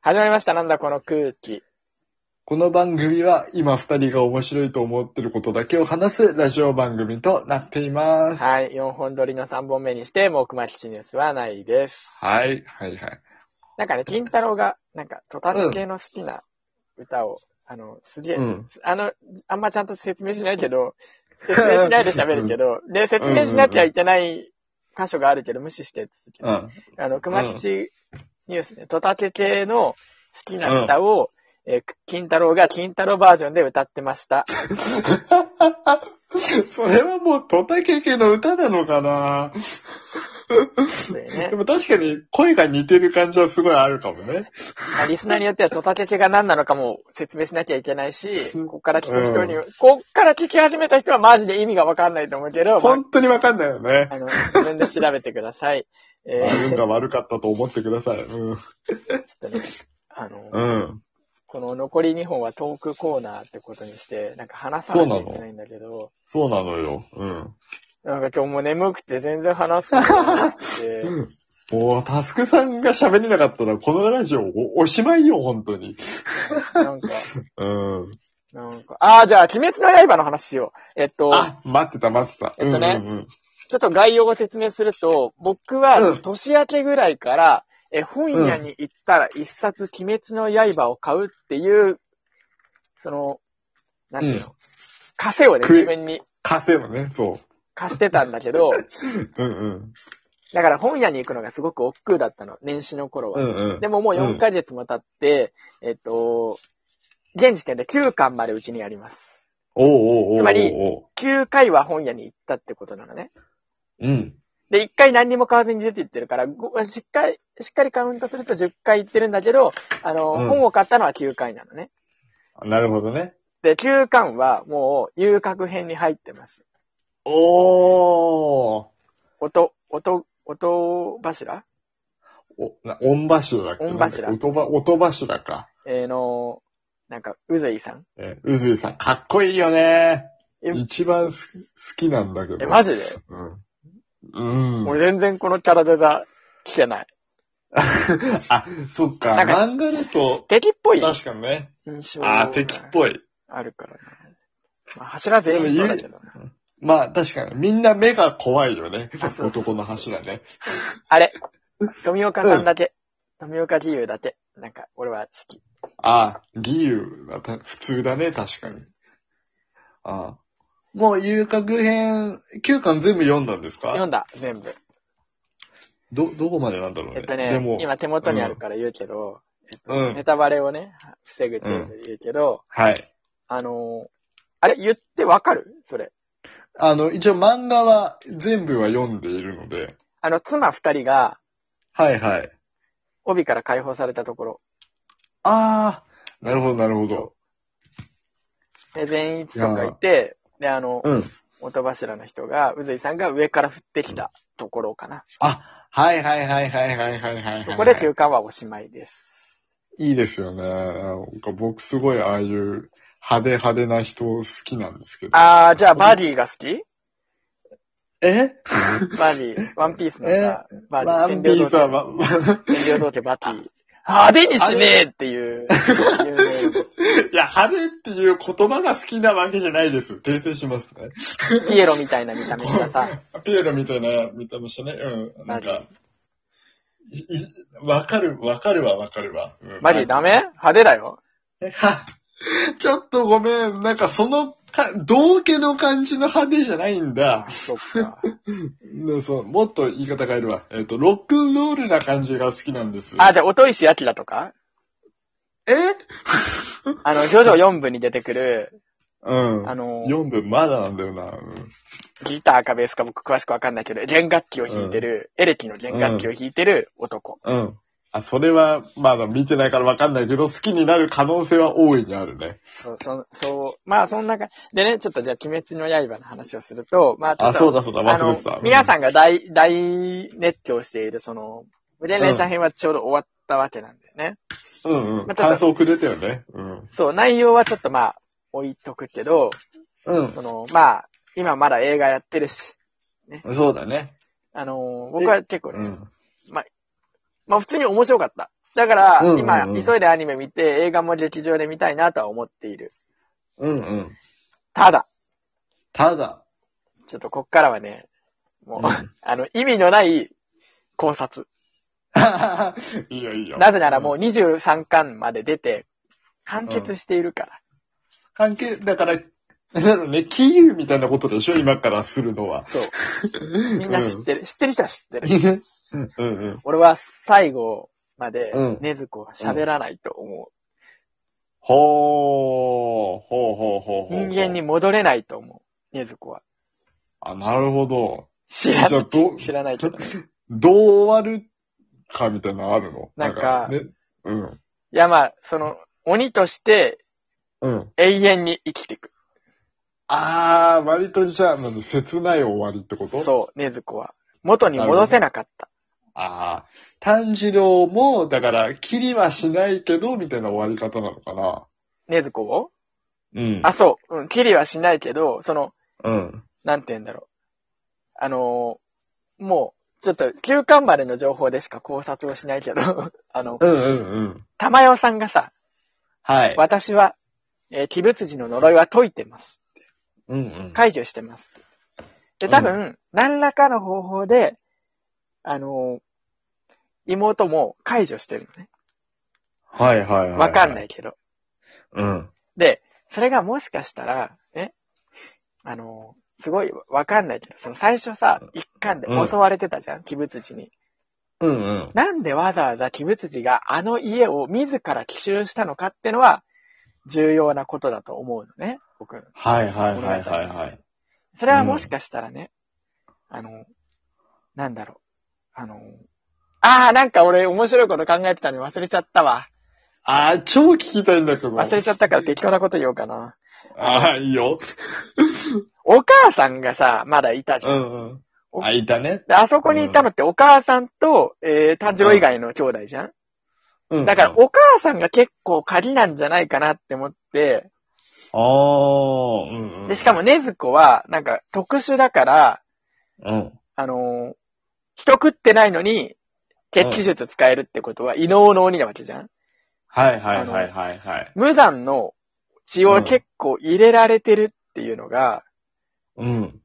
始まりました。なんだこの空気。この番組は今二人が面白いと思ってることだけを話すラジオ番組となっています。はい。はい。4本撮りの3本目にして、もう熊吉ニュースはないです。はい、はい、はい。なんかね、金太郎が、なんか、トタス系の好きな歌を、あの、すげえ、うん。あの、あんまちゃんと説明しないけど、説明しないで喋るけど、で、説明しなきゃいけない箇所があるけど、無視して続けうる。ん。あの、熊吉ニュースね、トタケ系の好きな歌を、えー金太郎が金太郎バージョンで歌ってました。 それはもうトタケケの歌なのかなそういうねで。も確かに声が似てる感じはすごいあるかもね。まあ、リスナーによってはトタケケが何なのかも説明しなきゃいけない し、うんこっから聞く人に、こっから聞き始めた人はマジで意味がわかんないと思うけど、ま本当にわかんないよねあ、。あの、自分で調べてくださ い。えー運が悪かったと思ってください。うん。ちょっとね、あの、うん。この残り2本はトークコーナーってことにして、なんか話さなきゃいけないんだけど、そうなのよ。うん。なんか今日もう眠くて全然話すことがなく て、もう、タスクさんが喋れなかったら、このラジオおおしまいよ、本当に。なんか、うん。なんか、ああ、じゃあ、鬼滅の刃の話しよう。えっと、あ、待ってた、待ってた。えっとねうんうんうんちょっと概要を説明すると、僕うはん年明けぐらいから、え本屋に行ったら一冊鬼滅の刃を買うっていう、その、なんていうの、稼をね、く自分に稼のね、そ貸してたんだけど、う。うんうん。だから本屋に行くのがすごく億劫だったの、年始の頃うは。んうん。でももう4ヶ月も経って、えっと、現時点で9巻までうちにあります。おうおうおうおうつまり9回は本屋に行ったってことなのね。うん。で、1回何にも買わずに出て行ってるから、ごしっかり、しっかりカウントすると10回行ってるんだけど、あの、うん本を買ったのは9回なのね。なるほどね。で、9巻はもう遊郭編に入ってます。おー。音、音、音柱お、な、音柱だっけ御柱なんだっけ音ば、音柱か。えー、の、なんか、うずいさん。え、うずいさん、かっこいいよねえ。一番す好きなんだけど。え、マジジでうん。うん。俺全然このキャラデザ来てない。 あ、そっか。なんか漫画だと、敵っぽい確かにね。印象があー、敵っぽい。あるからね。まあ、柱全員そうだけどな。まあ、確かに。みんな目が怖いよねあそう。そうそう男の柱ね。あれ、富岡さんだけ。富岡義勇だけ。なんか、俺は好き。ああ、義勇はた普通だね、確かに。ああ。もう、遊郭編、9巻全部読んだんです読かんだ、全部。ど、どこまでなんだろうね。えっとでねも、、今手元にあるから言うけど、うんネ。タバレをね、防ぐっていう言うけど、はい。あのーあれ言ってわかるそれ。あの、一応漫画は全部は読んでいるので、あの、妻二人がはいはい。帯から解放されたところ、ああ、なるほど、なるほどそ。で全員一とかいて、で、あの、うん。音柱の人が、うずいさんが上から降ってきたところかな。あ、はいはいはいはいはいはいはい、はい。そこで休館はおしまいです。いいですよね。なんか僕すごいああいう派手派手な人好きなんですけど。あー、じゃあバディが好きえバディ、ワンピースのさ、バデワィ、ン占ピ領ー道スは家、ま、ま占領道家バディ。派手にしねえって いう、有名ないや、派手っていう言葉が好きなわけじゃないです。訂正しますね。ピエロみたいな見た目したさ、 ピエロみたいな見た目してね。うん。なんか、いいわかる、わかるわ、わかるわ。うんマジダメ派手だよ。はちょっとごめん。なんかそのか、道家の感じの派手じゃないんだ。そっか。うんそう、もっと言い方変えるわ。えっ、と、ロックンロールな感じが好きなんです。あ、じゃあ、音石明とかえあの、ジョジョ4部に出てくる、うん。あのー4分まだなんだよな。うんギターかベースか僕詳しくわかんないけど、弦楽器を弾いてる、エレキの弦楽器を弾いてる男。うん。あ、それは、まだ見てないからわかんないけど、好きになる可能性は大いにあるね。そう、そう、そう、まあそんなか、でね、ちょっとじゃあ、鬼滅の刃の話をすると、まあちょっあ、と、そうだそうだ、あ忘れのてた。、皆さんん。が大、大熱狂している、その、無限列車編はちょうど終わったわけなんだよね。うんうん。まあちょっと感想くれたよね。うん。そう、内容はちょっとまあ、置いとくけど、うん。その、まあ、今まだ映画やってるし、そうだね。あのー僕は結構うね、ん。まあ普通に面白かった。だから、うんうんうん今、急いでアニメ見て、映画も劇場で見たいなとは思っている。うんうん。ただ、ただ、 ちょっとこっからはね、もう、うん あの、意味のない考察。いいよいいよ。なぜならもう23巻まで出て、完結しているから。関係、だから、なのね、キーみたいなことでしょ今からするのは。そう。みんな知ってる。知ってる人は知ってうる。んうん俺は最後までうん、ねずこは喋らないと思ほー、ほうほうほうほう。うほう。人間に。戻れないと思う。ねずこは。あ、なるほど。知らじゃあなどい。知らないけどね。どう終わるかみたいなのあるのなんかね、うん。いや、まあ、その、鬼としてうん。永遠に生きていく。あー、割とじゃあ、なんで切ない終わりってことう。そう、ねずこは。元に戻せなかった。あー、炭治郎も、だから、キリはしないけど、みたいな終わり方なのかなねずこをうんあ、そう。うん、キリはしないけど、その、うん。なんて言うんだろう。あのーもう、ちょっと、休館までの情報でしか考察をしないけど、 あの、うんうんうん。玉代さんがさ、はい。私は、えー鬼仏寺の呪いは解いてます。うんうん。解除してます。で、多分、何らかの方法で、あのー妹も解除してるのね。はいはいはい。わかんない。けど。うん。で、それがもしかしたら、ね、あのーすごいわかんないけど、その最初さ、一巻で襲われてたじゃん、鬼仏寺に。うんうん。なんでわざわざ鬼仏寺があの家を自ら奇襲したのかってのは、重要なことだと思うのね、僕。はいはいはいはいはい。それはもしかしたらね、あの、なんだろう、あの、あー、なんか俺面白いこと考えてたのに忘れちゃったわ。あー、超聞きたいんだけど。忘れちゃったから適当なこと言おうかな。あー、いいよ。お母さんがさ、まだいたじうゃん。んうん。あ、いたね。で、あそこにいたのってお母さんと、えー、炭治郎以外の兄弟じゃんうん。だから、お母さんが結構鍵なんじゃないかなって思って、あー、うんうん。で、しかも、ねずこは、なんか特殊だから、うん。あのー人食ってないのに、血気術使えるってことは、異能の鬼なわけじゃんはいはいはいはいはい。無残の血を結構入れられてるっていうのが、うん。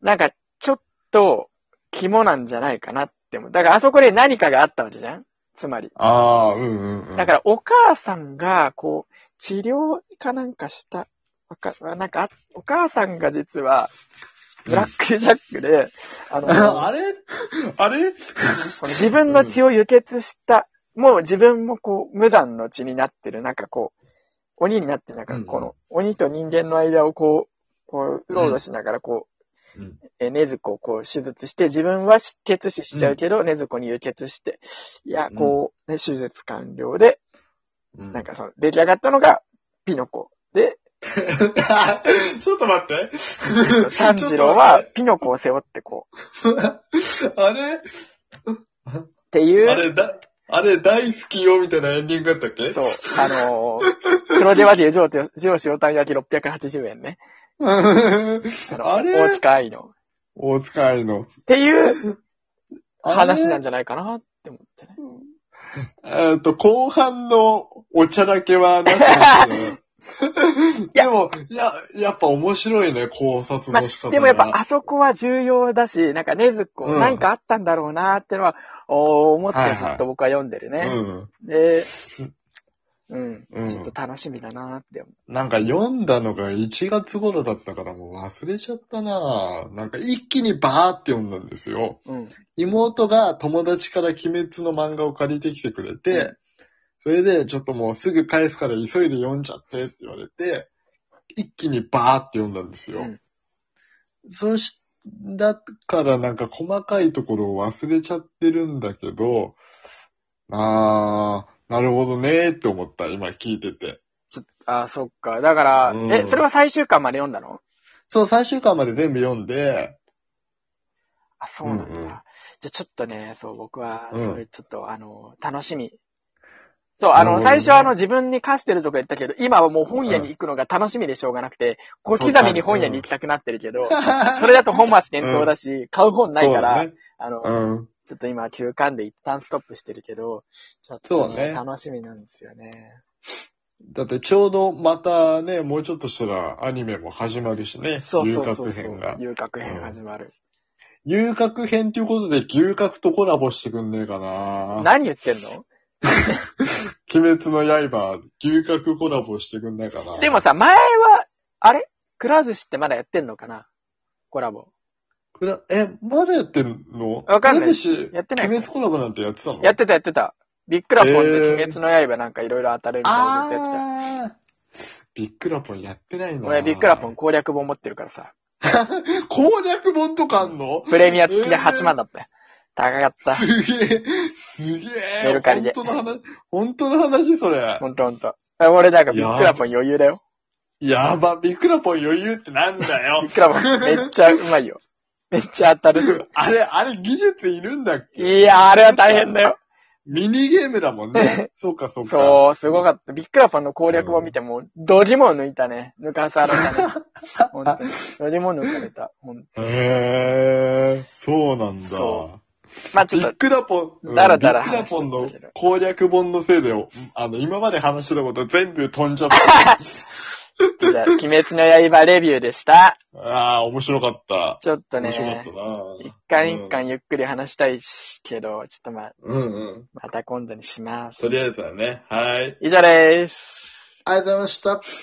なんかちょっと肝なんじゃないかなって思う。だからあそこで何かがあったわけじゃんつまり。あー、うんうんうん。だからお母さんが、こう、治療かなんかした、わか、なんかあ、お母さんが実は、ブラックジャックで、あの、ああれあれこの自分の血を輸血した、もう自分もこう、無残の血になってる、なんかこう、鬼になってる、なんかこの、鬼と人間の間をこう、こう、うろうろしながらこう、うんえ、ねずこをこう手術して、自分は失血死しちゃうけど、ねずこに輸血して、いや、こう、ね、手術完了で、なんか。か その、出来上がったのが、ピノコ。で、ちょっと待って。 炭治郎は、ピノコを背負ってこう、っちょっと待って。あれていう、あれだ、あれ大好きよみたいなエンディングだったっけそう、あのー、黒毛和牛上手上塩炭焼き680円ね。うんあの、あ大れ塚愛の。大塚愛の。っていう話なんじじゃないかなって思ってね。えっと、後半のおちゃらけはなかった けどでも、や、やっぱ面白いね、考察まの仕方あ、が。でもやっぱあそこは重要だし、なんかねずっこうんなんかあったんだろうなってのは、おー思ってずっと僕は読んでるね。うん。で、うん、うんちょっと楽しみだなって思う。なんか読んだのが1月頃だったからもう忘れちゃったなぁなんか一気にバーって読んだんですよ。うん。妹が友達から鬼滅の漫画を借りてきてくれて、うんそれでちょっともうすぐ返すから急いで読んじゃってって言われて、一気にバーって読んだんですよ。うんそし、だからなんか細かいところを忘れちゃってるんだけど、あー、なるほどねーって思った、今聞いてて。あー、そっか。だから、うんえ、それは最終巻まで読んだのそう、最終巻まで全部読んで、あ、そうなんだ。うんうんじゃあちょっとね、そう、僕は、うんそれちょっと、あの、楽しみ。そう、あの、なるほどね最初はあの、自分に貸してるとか言ったけど、今はもう本屋に行くのが楽しみでしょうがなくて、小刻みに本屋に行きたくなってるけど、それだと本末転倒だし、買う本ないから、そうだねあの、うん。ちょっと今休館で一旦ストップしてるけど、ちょっそとうね、ね楽しみなんですよね。だってちょうどまたね、もうちょっとしたらアニメも始まるしね。そうそうそう遊郭そう。遊編郭が編。始まる。遊郭編ということで、遊郭とコラボしてくんねえかな何言ってんの鬼滅の刃、遊郭コラボしてくんないかなでも、さ、前は、あれくら寿司ってまだやってんのかなコラボ。くらえ、まだやってるのわかんないだしやってない鬼滅コラボなんてやってたのやってたやってた。ビックラポンとえー鬼滅の刃なんかいろいろ当たるみたいなことやってた。あービックラポンやってないな俺ビックラポン。攻略本持ってるからさ。攻略本とかあんのプレミア付きで8万だったよ。高かった。すげえ、すげえ。メルカリで本当の話、本当の話それ。ほんとほんと。俺なんかビックラポン余裕だよ。やば、ビックラポン余裕ってなんだよ ビ。ックラポンめっちゃうまいよ。めっちゃ当たるし。あれ、あれ技術いるんだっけいやー、あれは大変だよ。ミニゲームだも んね。そうか、そうか。そう、すごかった。ビックラポンの攻略本見ても、どぎも抜いたね。抜かされたね。本当に。どぎも抜かれた。ほんへえ、そうなんだ。そまあちビょっックラポン、うんだらだらビックラポン話のしてたけど攻略本のせいで、あの、今まで話してたこと全部飛んじゃった。 と、じゃあ、鬼滅の刃レビューでした。ああ、面白かった。ちょっと面白かっねた、な。一巻一巻ゆっくり話したいしけど、ちょっとまあ、うんうん。また今度にします。とりあえずはね、はい。以上です。ありがとうございました。